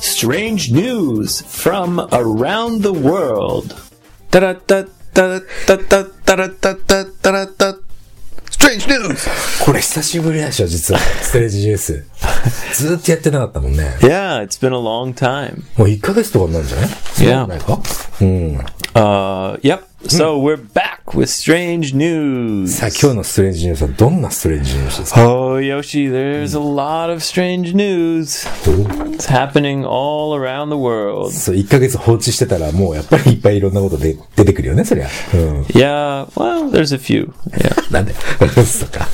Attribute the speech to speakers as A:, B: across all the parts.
A: Strange news from around the world.
B: タラッタッタラッタッタッタラッタッタッタラッタッ Strange News!
C: これ久しぶりなんでしょ、実は。ストレージジュース。 ずーっとやってなかったもんね。
A: Yeah, it's been a long time.
C: もう1ヶ月とかになるんじゃないそうなんないか
A: Uh, yep. So we're back with strange news.
C: さあ、今日のストレージニュースはどんなストレージニュースですか
A: Oh, Yoshi, there's a lot of strange news. It's happening all around the world.
C: そう、1ヶ月放置してたら、もうやっぱりいっぱいいろんなことで出てくるよね、そりゃ。うん。
A: Yeah, well, there's a few. Yeah.
C: なんでそっか。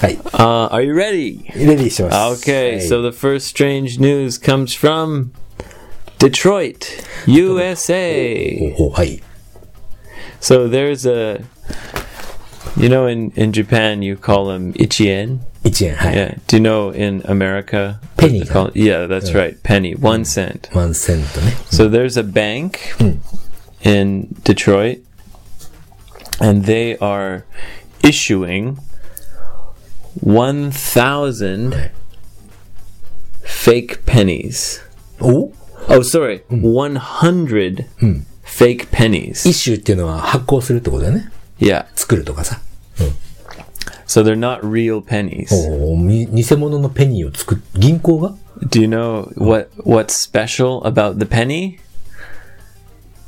C: はい。
A: Uh, are you ready?
C: レディーします。
A: Okay,
C: は
A: so the first strange news comes from Detroit, USA.
C: い。おおはい。
A: So there's a, you know, in, in Japan you call them ichien.
C: 1円、はい。
A: Yeah. Do you know in America? what
C: Penny.
A: they call it? Yeah, that's right. Penny, one cent.
C: ワンセントね。
A: So there's a bank in Detroit, and they are issuing 1,000 fake pennies.
C: お
A: Oh, sorry, 100 fake pennies.
C: イシューっていうのは発行するってことだよね。
A: Yeah.
C: 作るとかさ。
A: So they're not real pennies.
C: おおみ偽物のペニーを作っ、銀行が
A: Do you know what what's special about the penny?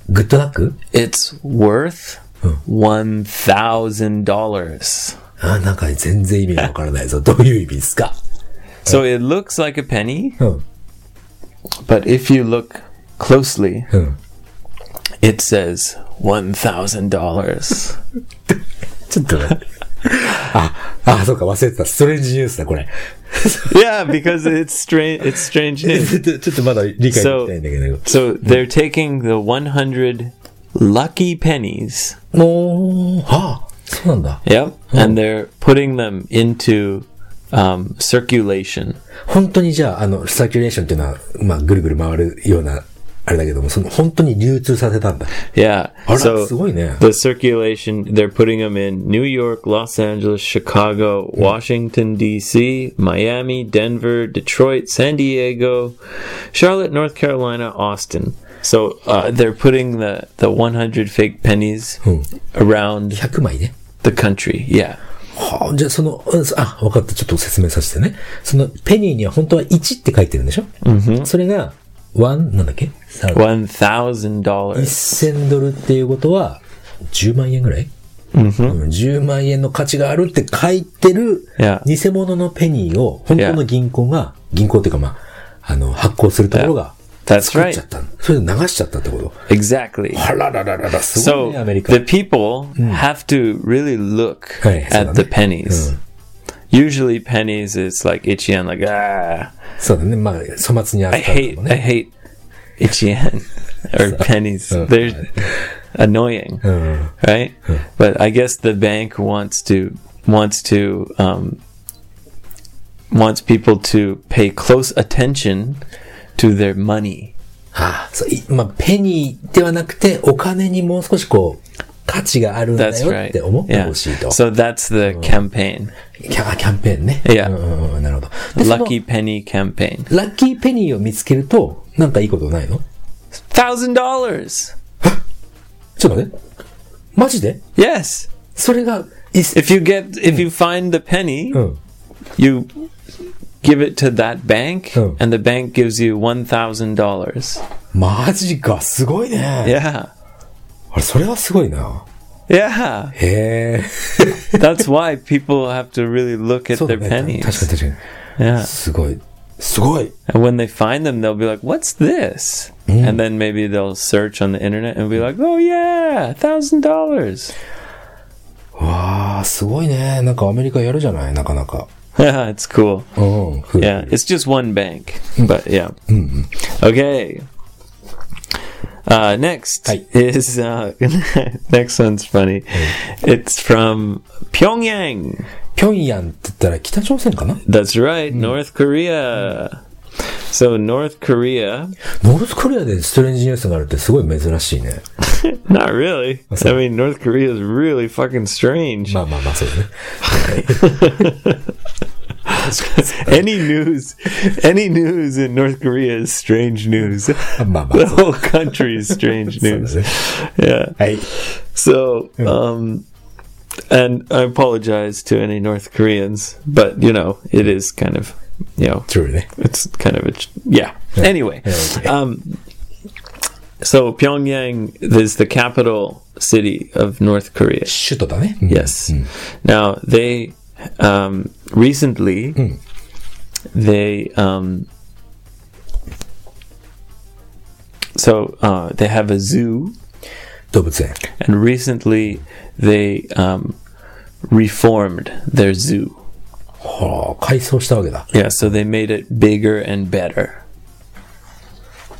C: グッドラック
A: It's worth $1,000.
C: あー、なんか全然意味がわからないぞ。どういう意味ですか
A: So it looks like a penny,
C: うん。
A: but if you look closely,
C: うん。
A: it says $1,000.
C: ちょっと待って。 あ、あ、そうか、忘れてた。ストレンジニュースだ、これ。
A: yeah, because it's strange it's strange
C: え
A: news.
C: ちょっとちょっとまだ理解できてないんだけど。
A: So they're taking the 100 lucky pennies.
C: もう、はあ、そうなんだ。
A: Yep, and they're putting them into um, circulation.
C: 本当にじゃあ、あの、サーキュレーションっていうのは、まあ、ぐるぐる回るような、あれだけども、その、本当に流通させたんだ。
A: Yeah.
C: あら、
A: so
C: すごいね。
A: the circulation, they're putting them in New York, Los Angeles, Chicago, Washington, D.C., Miami, Denver, Detroit, San Diego, Charlotte, North Carolina, Austin. So uh, they're putting the, the 100 fake pennies around
C: 100枚ね。
A: the country. Yeah.
C: はあ、じゃあその、うんあ、わかった。ちょっと説明させてね。その、ペニーには本当は1って書いてるんでしょそれが、1、なんだっけさあ
A: $1,000.
C: 1000ドルっていうことは、10万円ぐらい、うん、?10 万円の価値があるって書いてる
A: いや、
C: 偽物のペニーを、本当の銀行が、銀行っていうかまあ、あの、発行するところが、
A: That's
C: 作っ
A: right.
C: ちゃったの。それで流しちゃったってこと
A: Exactly.
C: あららららら、すごい
A: So
C: ね、アメリカ
A: the。people have to really look
C: はい、
A: at the
C: そうだね。
A: pennies. Usually pennies is like ichien, like ah,
C: そうだね。まあ、粗末に
A: I
C: 扱うと
A: hate,
C: か
A: I
C: ね。
A: hate ichien or pennies. They're annoying,
C: うん。
A: right? But I guess the bank wants to wants to um, wants people to pay close attention to their money.
C: ああ、そう、いまあ、ペニーではなくて、お金にもう少しこう、価値があるんだ
A: That's
C: よ
A: right.
C: って思ってほしい
A: Yeah.
C: と。
A: So that's the campaign,
C: キャキャンペーンね。
A: いや
C: うんうんうん、なるほど。でその
A: lucky penny campaign.
C: ラッキーペニーを見つけると、なんかいいことないの
A: thousand dollars.
C: ちょっと待って。マジで
A: Yes,
C: それが、いっ
A: if you get if you find the penny,
C: うん。
A: you give it to that bank,
C: Oh.
A: and the bank gives you one thousand dollars.
C: マジか、すごいね。
A: Yeah,
C: あれ、それはすごいな。
A: yeah.
C: へえ。
A: That's why people have to really look at
C: そう
A: their
C: だね。確か
A: pennies.
C: に確かに。
A: Yeah,
C: すごい。すごい
A: and when they find them, they'll be like, "What's this?" And then maybe they'll search on the internet and be like, "Oh yeah, thousand dollars."
C: わあ、すごいね。なんかアメリカやるじゃないなかなか。
A: Yeah, it's cool.
C: うん。ふ
A: Yeah, it's just one bank, but yeah. Okay. Uh, next
C: Hi.
A: is uh, next one's funny. It's from Pyongyang.
C: ピョンヤンって言ったら北朝鮮かな
A: That's right, North Korea. So North Korea,
C: ノースコリアでストレンジニュースがあるってすごい珍しいね。
A: not really. I mean, North Korea is really fucking strange.
C: まあまあまあ、そうだね。
A: any news, any news in North Korea is strange news.
C: まあまあ
A: The whole country is strange
C: そう
A: news.
C: だね。
A: Yeah.
C: はい。
A: So, um, and I apologize to any North Koreans, but you know, it is kind of, you know,
C: true ね。
A: it's kind of a ch- yeah. Anyway,
C: okay.
A: um, so Pyongyang is the capital city of North Korea.
C: 首都だね。うん
A: Yes. Now they um, recently they um, so uh, they have a zoo,
C: 動物園。
A: and recently they um, reformed their zoo.
C: はあ、改装したわけだ。
A: Yeah, so they made it bigger and better.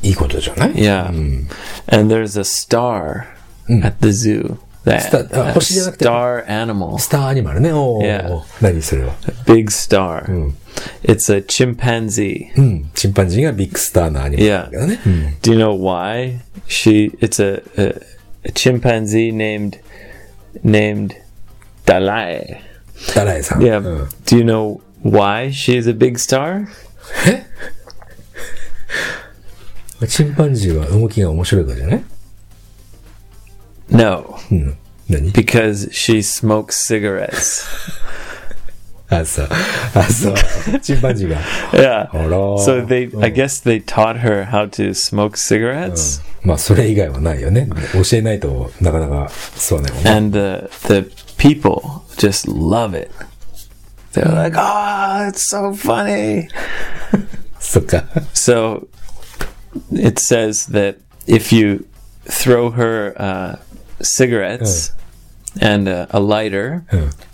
C: いいことじゃない
A: Yeah, and there's a star at the zoo. That
C: Star- uh,
A: a
C: 星じゃなくて。
A: star animal,
C: スターアニマルね。おー
A: Yeah.
C: 何それは。
A: big star. It's a chimpanzee.
C: うん。チンパンジーがビッグスターのアニマルだけどね。うん
A: Do you know why she? It's a, a, a chimpanzee named named Dalai.
C: ダライさん。
A: Yeah.
C: うん
A: Do you know why she's a big star?
C: チンパンジーは動きが面白いからじゃない
A: No,
C: うん。何
A: because she smokes cigarettes.
C: あ、そう。あ、そう。チンパンジーが。
A: yeah.
C: あらー
A: So they, I guess they taught her how to smoke cigarettes,
C: まあ、それ以外はないよね。教えないとなかなか吸わないもんね。
A: and the the people just love it. They're like, "Oh, it's so funny."
C: そっか。
A: So it says that if you throw her uh, cigarettes and uh, a lighter,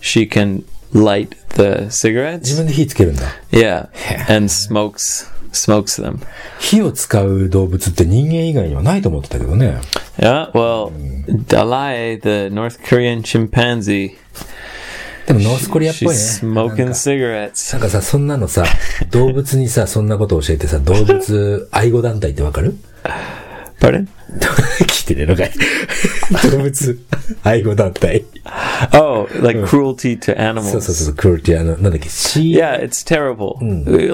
A: she can light the
C: 自
A: cigarettes.
C: 分で火つけるんだ。
A: Yeah, and smokes smokes them.
C: 火を使う動物って人間以外にはないと思ってたけどね。
A: Yeah, well, Dalai, the North Korean chimpanzee,
C: でもノースコリアっぽい
A: she's
C: ね。
A: smoking cigarettes.
C: なんかさ、そんなのさ、動物にさ、そんなこと教えてさ、動物愛護団体ってわかる
A: Pardon?
C: 聞いてねえのかい。 動物愛護団体。
A: Oh, like cruelty to
C: そう
A: animals.
C: そうそう、クオリティあの、なんだっけ、シー
A: Yeah, it's terrible.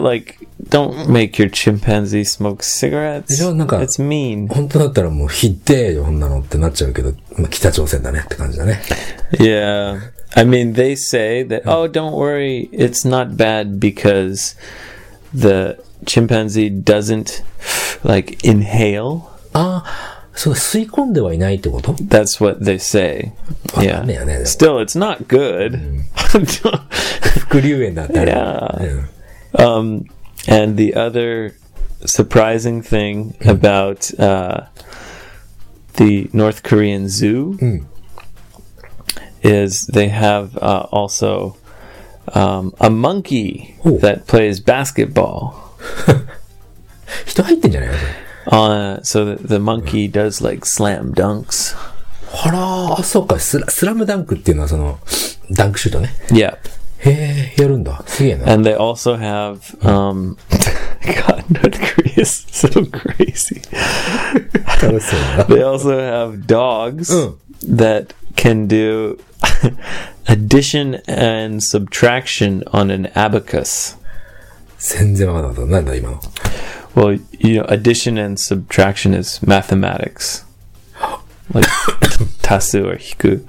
A: Like, don't make your chimpanzee smoke cigarettes.
C: でしょ？なんか-
A: It's mean.
C: 本当だったらもうひでえよ、こんなのってなっちゃうけど、まあ、北朝鮮だねって感じだね。
A: Yeah. I mean, they say that, oh, don't worry, it's not bad because the chimpanzee doesn't, like, inhale.
C: ああ、そう、吸い込んではいないってこと
A: That's what they say.
C: かんねえよね
A: Yeah.。Still, it's not good.
C: 副流炎だってあれ。
A: Yeah.
C: うん
A: Um, and the other surprising thing about uh, the North Korean zoo is they have uh, also um, a monkey
C: Oh.
A: that plays basketball.
C: 人入ってんじゃないの
A: Uh, so the, the monkey does like slam dunks.
C: あらー、あ、そうか、スラスラムダンクっていうのはその、ダンクシュートね。
A: Yeah.
C: へえ、やるんだ。すげえな。
A: And they also have. Um, God, North Korea is so crazy.
C: 楽しそうだな。
A: They also have dogs
C: Oh.
A: that can do addition and subtraction on an abacus.
C: 全然わかんなかった。なんだ今の。
A: Well, you know, addition and subtraction is mathematics. Like tasu or hiku.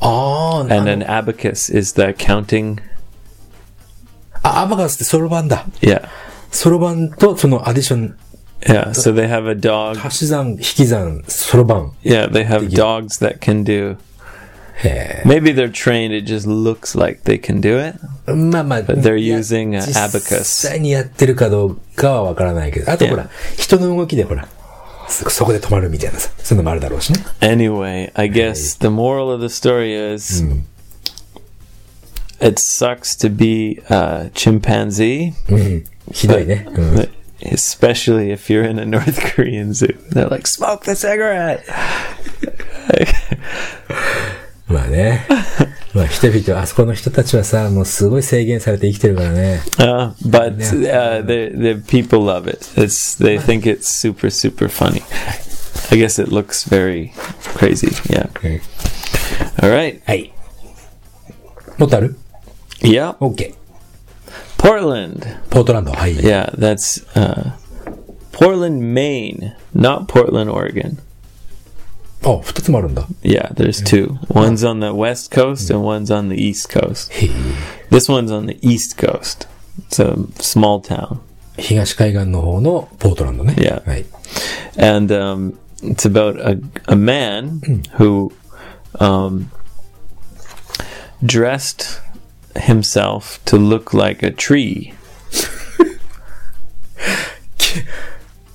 C: あー、
A: And an abacus is the counting.
C: あ、アバガスってソロ版だ。
A: Yeah.
C: ソロ版とそのアディション、
A: Yeah. So they have a dog.
C: 足し算、引き算、ソロ版。
A: Yeah, they have dogs that can do.
C: へ
A: Maybe they're trained, it just looks like they can do it.
C: え。まあまあ、
A: they're
C: いや
A: using a
C: 実
A: abacus.
C: 際にやってるかどうかはわからないけど。あとほら、人の動きでほら、そそこで止まるみたいなさ、そういうのもあるだろうしね。
A: Anyway, I guess the moral of the story is it sucks to be a chimpanzee,
C: ひどいね。うん、
A: especially if you're in a North Korean zoo. They're like, smoke the cigarette.
C: まあね。まあ人々、あそこの人たちはさ、もうすごい制限されて生きてるからね。
A: Uh, but
C: Yeah.
A: uh, the, the people love it. It's They think it's super, super funny. I guess it looks very crazy. Yeah. All right.
C: はい。もっとある
A: Yeah.
C: ?OK。
A: Portland.
C: ポートランド、はい。
A: Yeah, that's uh, Portland, Maine, not Portland, Oregon.
C: あ、二つもあるんだ。
A: Yeah, there's two. One's on the west coast and one's on the east coast.
C: へえ
A: This one's on the east coast. It's a small town.
C: 東海岸の方のポートランドね。
A: Yeah.
C: はい。
A: and um, it's about a, a man who um, dressed himself to look like a tree.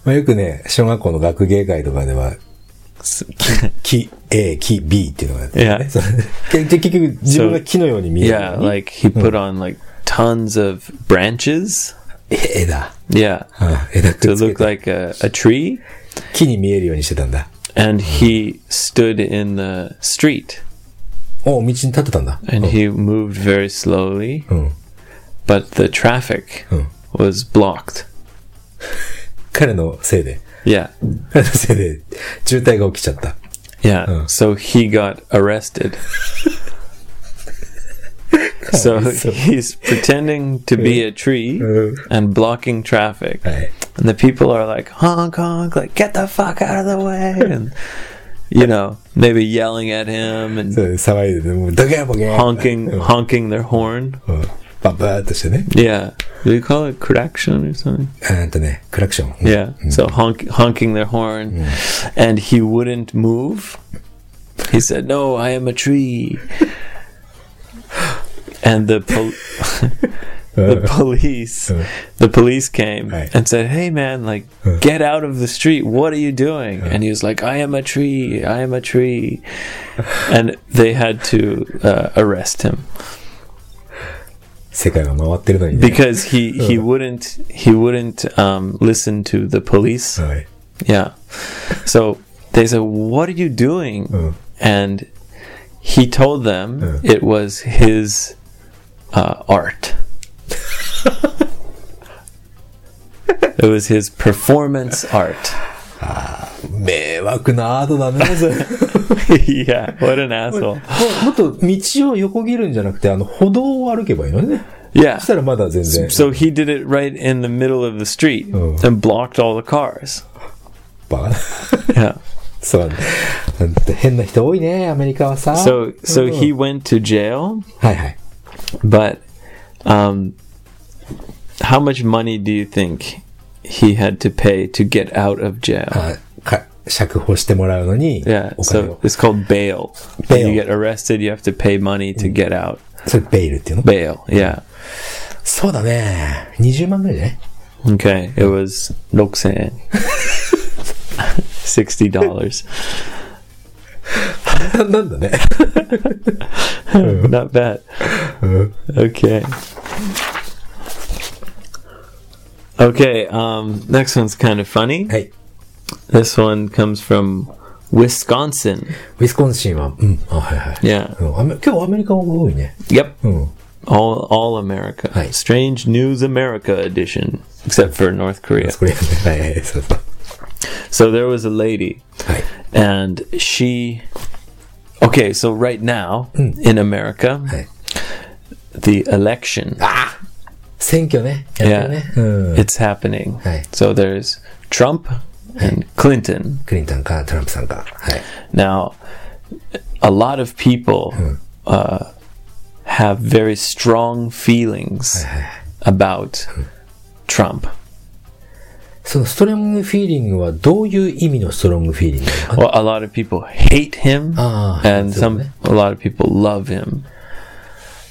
C: まあ、よくね、小学校の学芸会とかでは、木 A、木 B っていうのがあって、
A: Yeah.
C: それで 結局自分が木のように見えるよ
A: yeah, Hmm.
C: うに。
A: like he put on like tons of branches.
C: え枝。
A: Yeah,
C: あ枝く
A: to
C: っつけ
A: look
C: て
A: like a, a tree,
C: 木に見えるようにしてたんだ。
A: and he stood in the street
C: お道に立ってたんだ。
A: and he
C: Oh.
A: moved very slowly,
C: うん。
A: but the traffic
C: Hmm.
A: was blocked.
C: 彼のせいで、
A: Yeah,
C: 彼のせいで渋滞が起きちゃった。
A: Yeah.
C: Oh.
A: So he got arrested. so he's pretending to be a tree
C: Oh.
A: and blocking traffic.
C: はい。
A: And the people are like, Hong Kong, like, get the fuck out of the way. And, you know, maybe yelling at him
C: そ
A: and
C: う騒いでて、もうドキャボキャ
A: honking,
C: うん
A: honking their horn.
C: うんバッバーっとしてね。
A: Yeah. Do you call it correction or something?
C: えーっとね、クラクション。
A: Yeah. Mm. So honk, honking their horn, and he wouldn't move. He said, "No, I am a tree." and the pol- the police,
C: Mm.
A: the police came
C: Right.
A: and said, Uh. "Hey, Uh. man, like, get out of the street. What are you doing?" And he was like, "I am a tree. I am a tree." and they had to uh, arrest him
C: 世界が回ってるのにね。
A: because he he wouldn't he wouldn't um, listen to the police.
C: はい。
A: Yeah. So they said, What are you doing?
C: Mm.
A: And he told them
C: Mm.
A: it was his uh, art. it was his performance art.
C: 迷惑なアートだね、 それ。
A: yeah, what an asshole.
C: もっと道を横切るんじゃなくて、あの、歩道を歩けばいいのね。
A: Yeah.
C: そしたらまだ全然、
A: So he did it right in the middle of the street
C: Mm.
A: and blocked all the cars.
C: バカ
A: Yeah.
C: そうなんて変な人多いね、アメリカはさ。
A: So so
C: うん
A: he went to jail,
C: はいはい。
A: but um, how much money do you think he had to pay to get out of jail?
C: あか釈放してもらうのに、
A: Yeah,
C: お金
A: so
C: を。
A: it's called bail. When
C: Bail.
A: you get arrested, you have to pay money to get out.
C: それベイルっていうの
A: Bail, yeah.
C: そうだね。20万ぐらいじゃない
A: Okay, it was Loksan. Sixty dollars.
C: ななんだね。
A: Not bad. Okay. Okay, um, next one's kind of funny.
C: はい。
A: This one comes from Wisconsin.
C: ウィスコンシンは、うん。あ、はいはい。
A: Yeah.
C: うんアメ今日アメリカが多いね。
A: Yep.
C: うん。
A: All All America.
C: Hi.
A: Strange News America edition, except for North Korea.
C: これ、はいはい、そうそう。
A: So there was a lady,
C: はい。
A: and she. Okay, so right now in America,
C: Hmm. Hi. Ah.
A: the election
C: 選挙ね。やってるね。うん。
A: it's happening.
C: Hi.
A: So there's Trump and Clinton.
C: クリントンかトランプさんか。はい。
A: Now, a lot of people
C: Hmm.
A: uh, have very strong feelings about
C: Hmm.
A: Trump.
C: そのストロングフィーリングはどういう意味のストロングフィーリングなの
A: Well,
C: か
A: a lot of people hate him,
C: Ah,
A: and
C: so,
A: some
C: eh?
A: a lot of people love him.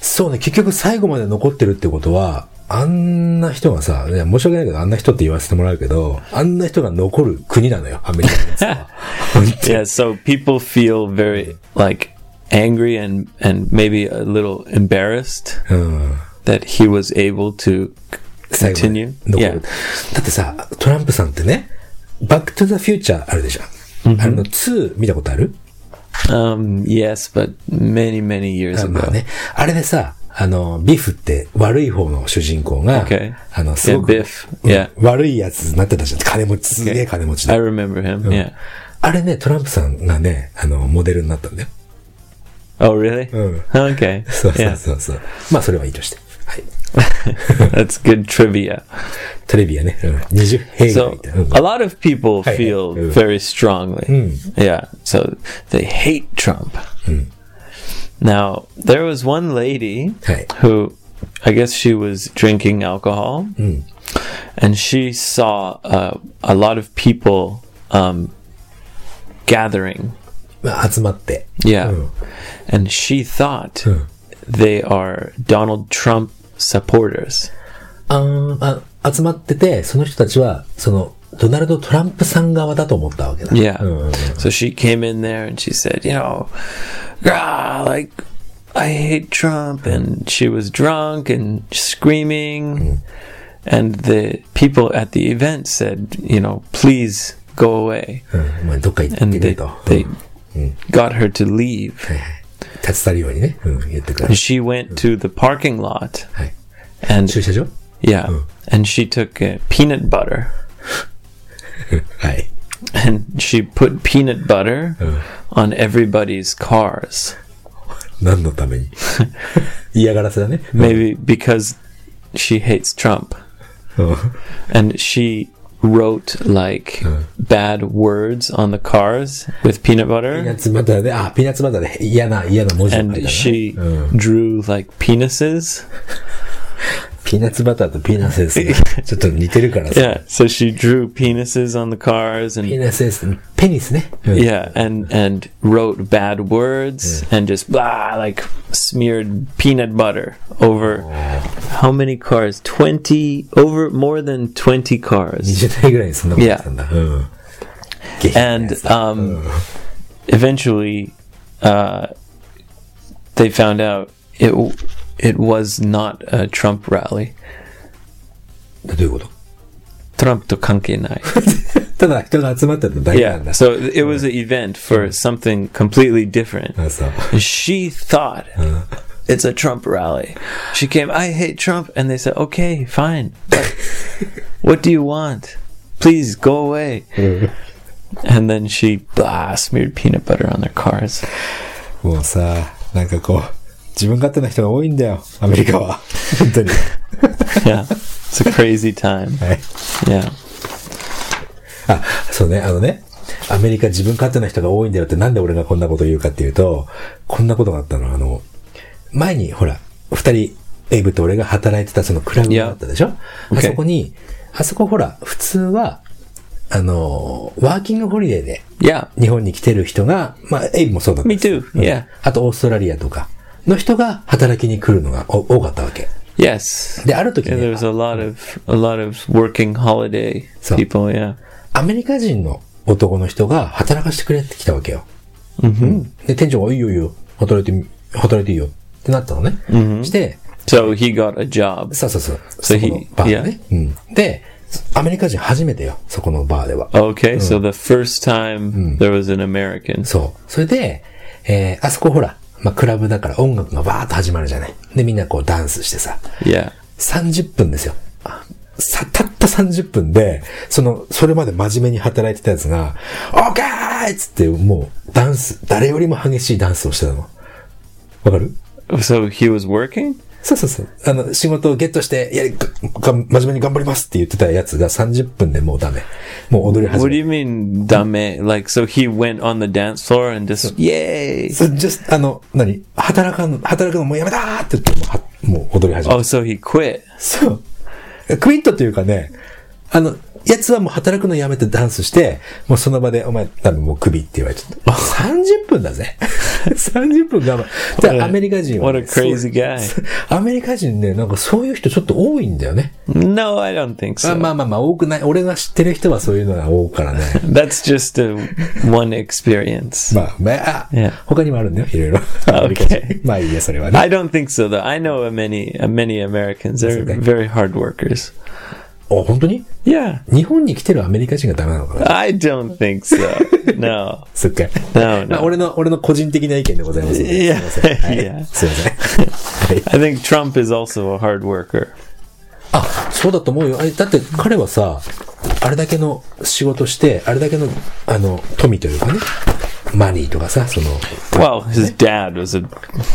C: そうね、結局最後まで残ってるってことは、あんな人がさ、いや申し訳ないけど、あんな人って言わせてもらうけど、あんな人が残る国なのよ、アメリカのやつは。 本当に
A: Yeah, so people feel very like angry and and maybe a little embarrassed
C: うん。
A: that he was able to c-
C: 最後まで
A: continue.
C: 残
A: Yeah,
C: る。だってさ、トランプさんってね、バックトゥザフューチャーあるでしょ。あれの2見たことある
A: um, yes, but many many years
C: あまあ
A: ago.
C: ね。あれでさ、あの、ビフって悪い方の主人公が
A: Okay.、
C: あの、す
A: Yeah,
C: ごく
A: Biff. Yeah,
C: 悪いやつになってたじゃん。金持ち、すげえ金持ちで
A: I remember him. Yeah.
C: あれね、トランプさんがね、あの、モデルになったんだよ。
A: Oh, really?
C: Mm.
A: Okay.
C: そう そう
A: Yeah.
C: そうそう。まあ、それはいいとして。はい。
A: That's good trivia.
C: テレビやね。うん、20平米
A: So
C: みたいな。うん
A: a lot of people
C: Hey, hey,
A: feel
C: hey.
A: very strongly.
C: Hmm.
A: Yeah. So they hate Trump. Now, there was one lady
C: Hey.
A: who I guess she was drinking alcohol
C: Hmm.
A: and she saw uh, a lot of people um, gathering.
C: まあ、集まって。
A: Yeah.
C: Oh.
A: And she thought
C: Hmm.
A: they are Donald Trump supporters.
C: あーあ集まってて、その人たちは、その、ドナルド・トランプさん側だと思ったわけだ。
A: Yeah.
C: うんうんうん
A: So she came in there and she said, you know, "Gah, like I hate Trump, and she was drunk and screaming, and the people at the event said, you know, please go away,
C: うん。お前どっか行って
A: and
C: く
A: they
C: れと。
A: they
C: うん
A: got her to leave.
C: 立ち去るようにね、うん、言ってくれ
A: And。she went to the parking lot,
C: はい。
A: and
C: 駐車場
A: yeah, and she took uh, peanut butter.
C: はい。
A: And she put peanut butter on everybody's cars.
C: 何のた めに嫌がらせだね。
A: maybe because she hates Trump
C: うん
A: and she wrote like bad words on the cars with peanut
C: ピーナ
A: butter
C: ッツバターで、あ、ピーナッツバターで嫌な、嫌な文字を書いた
A: and
C: な
A: she
C: うん
A: drew like penises
C: ピーナッツバターとピーナッツですね。ちょっと似てるからさ。
A: yeah so she drew penises on the cars
C: ピー
A: and
C: ナッツです。ペニスね。うん
A: yeah and and wrote bad words and just blah like smeared peanut butter over how many cars 20 over more than 20 cars
C: 20代ぐらいにそんなことやってたんだ。うん。下品なや
A: and
C: つだ
A: um, eventually uh, they found out it it was not a Trump rally.
C: どういうこと
A: Trump to kankenai.
C: ただ人が集まってただけなん
A: Yeah, Uh-huh.
C: だ。
A: so it was an event for something completely different.
C: あそう
A: She thought it's a Trump rally. She came, I hate Trump, and they said, okay, fine. But what do you want? Please go away. And then she blah, smeared peanut butter on their cars.
C: もうさ、なんかこう、自分勝手な人が多いんだよ、アメリカは。本当に。
A: yeah, it's a crazy time.
C: はい。
A: Yeah.
C: あ、そうね、あのね、アメリカ自分勝手な人が多いんだよってなんで俺がこんなこと言うかっていうと、こんなことがあったの、あの、前にほら、二人、エイブと俺が働いてたそのクラブがあったでしょ、
A: Yeah.
C: あそこに、あそこほら、普通は、あの、ワーキングホリデーで
A: Yeah.
C: 日本に来てる人が、まあ、エイブもそうだったん
A: Me
C: ですよ
A: too. Yeah.
C: あとオーストラリアとかの人が働きに来るのがお多かったわけ。
A: Yes.
C: で、ある時
A: Yeah,
C: ね
A: there、was a lot of a lot of working holiday
C: So-
A: people. Yeah.
C: アメリカ人の男の人が働かせてくれって来たわけよ。で、店長が、いいよいいよ、働いてみ、働いていいよってなったのね。して、
A: So he got a job.
C: そうそうそう、
A: So
C: そ
A: he-
C: このバーでね、うん。で、アメリカ人初めてよ、そこのバーでは。
A: Okay. So the first time there was an American.
C: そう。それで、えーあそこほら、まあ、クラブだから音楽がバーッと始まるじゃない。で、みんなこうダンスしてさ。
A: Yeah.
C: 30分ですよ。あさ、たった30分で、その、それまで真面目に働いてたやつが、オーケーっつって、もう、ダンス、誰よりも激しいダンスをしてたの。わかる
A: So he was working.
C: そうそうそう。あの、仕事をゲットして、やり、が真面目に頑張りますって言ってたやつが30分でもうダメ。もう踊り
A: What
C: 始
A: do
C: め
A: you mean, dame? Like, so he went on the dance floor and just yay.
C: そう just あの、何働かん、働くのもうやめたーって言ってもうは、もう踊り始めた
A: Oh, so he quit.
C: そう。クイットっていうかね、あの、やつはもう働くのやめてダンスして、もうその場で、お前多分もうクビって言われちゃった。30分だ ぜ。30分我慢。じゃ
A: What
C: あ
A: a-
C: アメリカ人は、
A: what a crazy guy.
C: そうアメリカ人ね、なんかそういう人ちょっと多いんだよね。
A: No, I don't think
C: まあ
A: so.
C: まあまあまあ多くない。俺が知ってる人はそういうのが多いからね。
A: That's just a one experience.
C: まあ、まあ、
A: Yeah.
C: 他にもあるんだよ、いろ いろ。アメリカ人。まあいいや、それはね。
A: I don't think so, though. I know many many Americans. They're
C: okay.
A: very hard workers.
C: お、本当に
A: Yeah,
C: 日本に来てるアメリカ人がダメなのかな
A: I don't think so. No,
C: そっか。
A: no,
C: まあ、
A: no.
C: 俺の、俺の個人的な意見でございますので。
A: いや
C: すいま せん。はい
A: いや
C: すいません。はい。
A: I think Trump is also a hard worker.
C: あ、そうだと思うよ。あれだって彼はさ、あれだけの仕事して、あれだけの、あの、富というかね、
D: マニーとかさ、その、
A: Well, his dad was a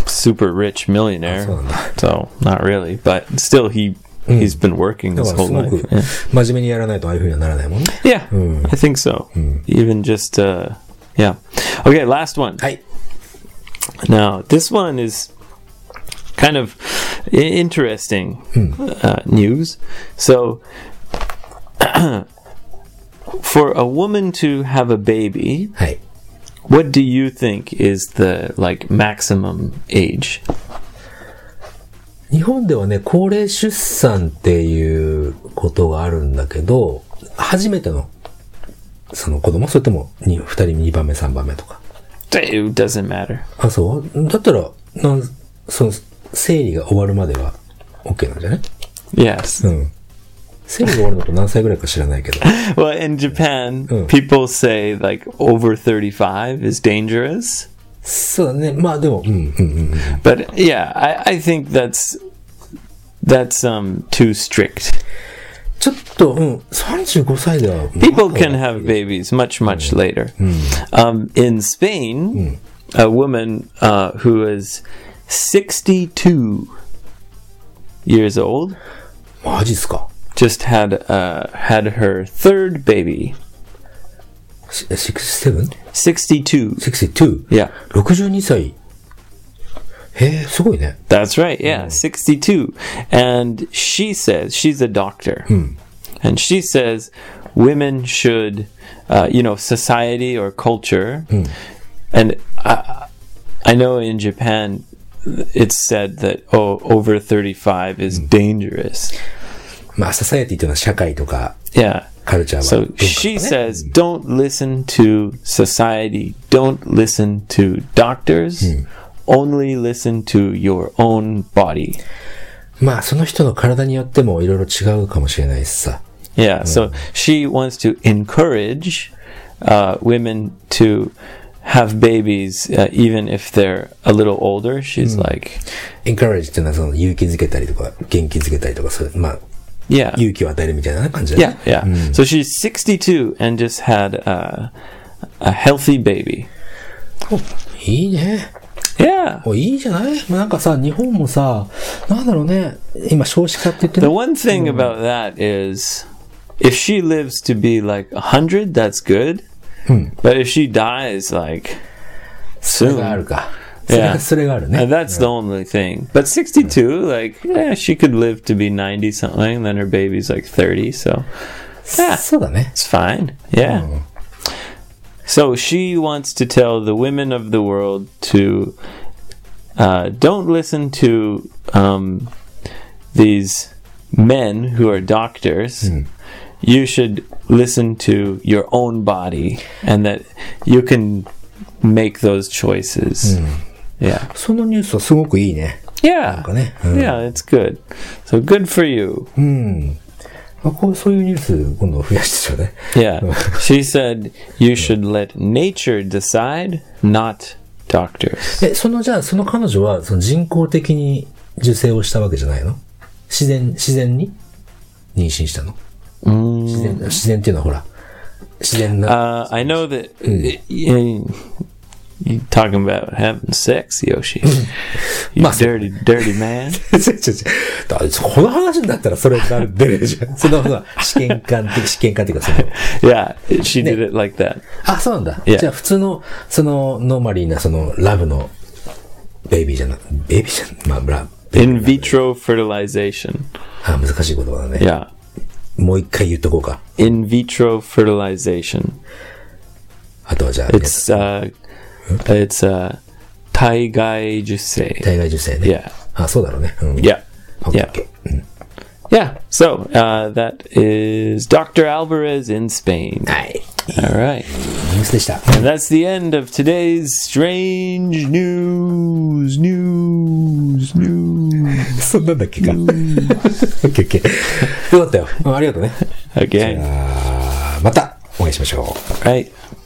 A: super rich millionaire,
D: Oh,
A: so not really, but still, he he's been working
D: だ
A: his
D: から
A: whole
D: すごく
A: life. Yeah.
D: 真面目にやらないとああいう風にはならないもんね。
A: Yeah, I think so. Even just, uh, yeah. Okay, last one.
D: はい。
A: Now, this one is kind of i- interesting uh, news. So, for a woman to have a baby,
D: はい。
A: what do you think is the like maximum age?
D: 日本ではね、高齢出産っていうことがあるんだけど、初めての、その子供、それとも2、二人、2番目、3番目とか。
A: It doesn't matter.
D: あ、そうだったら、なん、その、生理が終わるまでは、OK なんじゃない
A: Yes.
D: うん。生理が終わるのと何歳ぐらいか知らないけど。
A: Well, in Japan,
D: Mm.
A: people say like over 35 is dangerous.
D: そうだね。まあでも、うん、うん、うん。
A: But yeah, I, I think that's that's um too strict.
D: ちょっと、うん、35歳では。
A: People can have babies much much later. Um, in Spain, a woman uh, who is 62 years old
D: マジっすか。
A: just had uh, had her third baby.
D: 67?62?
A: 62. Yeah.
D: 62歳。へえ、すごいね。
A: That's right, yeah, 62. And she says, she's a doctor. And she says women should, uh, you know, society or culture. And I, I know in Japan, it's said that, oh, over 35 is dangerous.
D: まあ、ササエティというのは社会とか、
A: Yeah.
D: カルチャーは。
A: So
D: 文化とかね
A: she says, don't listen to society, don't listen to doctors, only listen to your own body.
D: まあ、その人の体によってもいろいろ違うかもしれないしさ。
A: Yeah, so she wants to encourage uh, women to have babies uh, even if they're a little older. She's like,
D: encourage っていうのはその勇気づけたりとか、元気づけたりとか、そういうまあ、
A: yeah,
D: 勇気を与えるみたいな感じだ
A: yeah,
D: ね。
A: yeah. So she's 62 and just had uh, a healthy baby.
D: いいね。
A: Yeah.
D: おいいじゃないなんかさ、日本もさ、なんだろうね、今少子化って言ってる
A: The one thing about that is if she lives to be like 100, that's good. But if she dies like
D: それがあ
A: soon,
D: るか。それ
A: Yeah.
D: がそれがある
A: And
D: ね。
A: that's the only thing. But 62, like, yeah, she could live to be 90 something, then her baby's like 30, so
D: そうだね。
A: it's fine. Yeah.
D: Oh.
A: So she wants to tell the women of the world to uh, don't listen to um, these men who are doctors.
D: Hmm.
A: You should listen to your own body and that you can make those choices.
D: Hmm.
A: Yeah.
D: そのニュースはすごくいいね。
A: Yeah.
D: なんかね。うん
A: Yeah, it's good. So good for you.
D: うん。あこうそういうニュース、今度増やしてちょうだい。
A: Yeah. she said you should let nature decide, not doctors.
D: え、そのじゃあ、その彼女は、その人工的に受精をしたわけじゃないの自然、自然に妊娠したの自然、自然っていうのはほら、自然な、
A: Uh, I know that you, you talking about having sex, Yoshi. You
D: Must-
A: dirty, dirty man.
D: 違う違う違うだこの話になったらそれなる出れるじゃん。そのほら、試験官的、試験官っていうかその、
A: Yeah, she did it like that.
D: あ、そうなんだ。
A: Yeah.
D: じゃあ普通の、その、ノーマリーな、その、ラブの、ベイビーじゃな、ベイビーじゃん、まあ、ラブ。
A: In vitro fertilization.
D: あ、難しい言葉だね。
A: Yeah.
D: もう一回言っとこうか。
A: In vitro fertilization.
D: あとはじゃあ、
A: It's uh it's uh taigai jusei.
D: 体外受精ね。
A: Yeah.
D: あ、そうだろうね。うん。
A: Yeah.
D: オッケーオッケー
A: Yeah. So uh, that is Dr. Alvarez in Spain.
D: はい。
A: All right.
D: ニュースでした。
A: And that's the end of today's strange news, news, news.
D: そんなんだっけか。オッケーオッケー。よかったよ。うんありがとうね。
A: Okay.
D: あーまたお会いしましょう。
A: Right.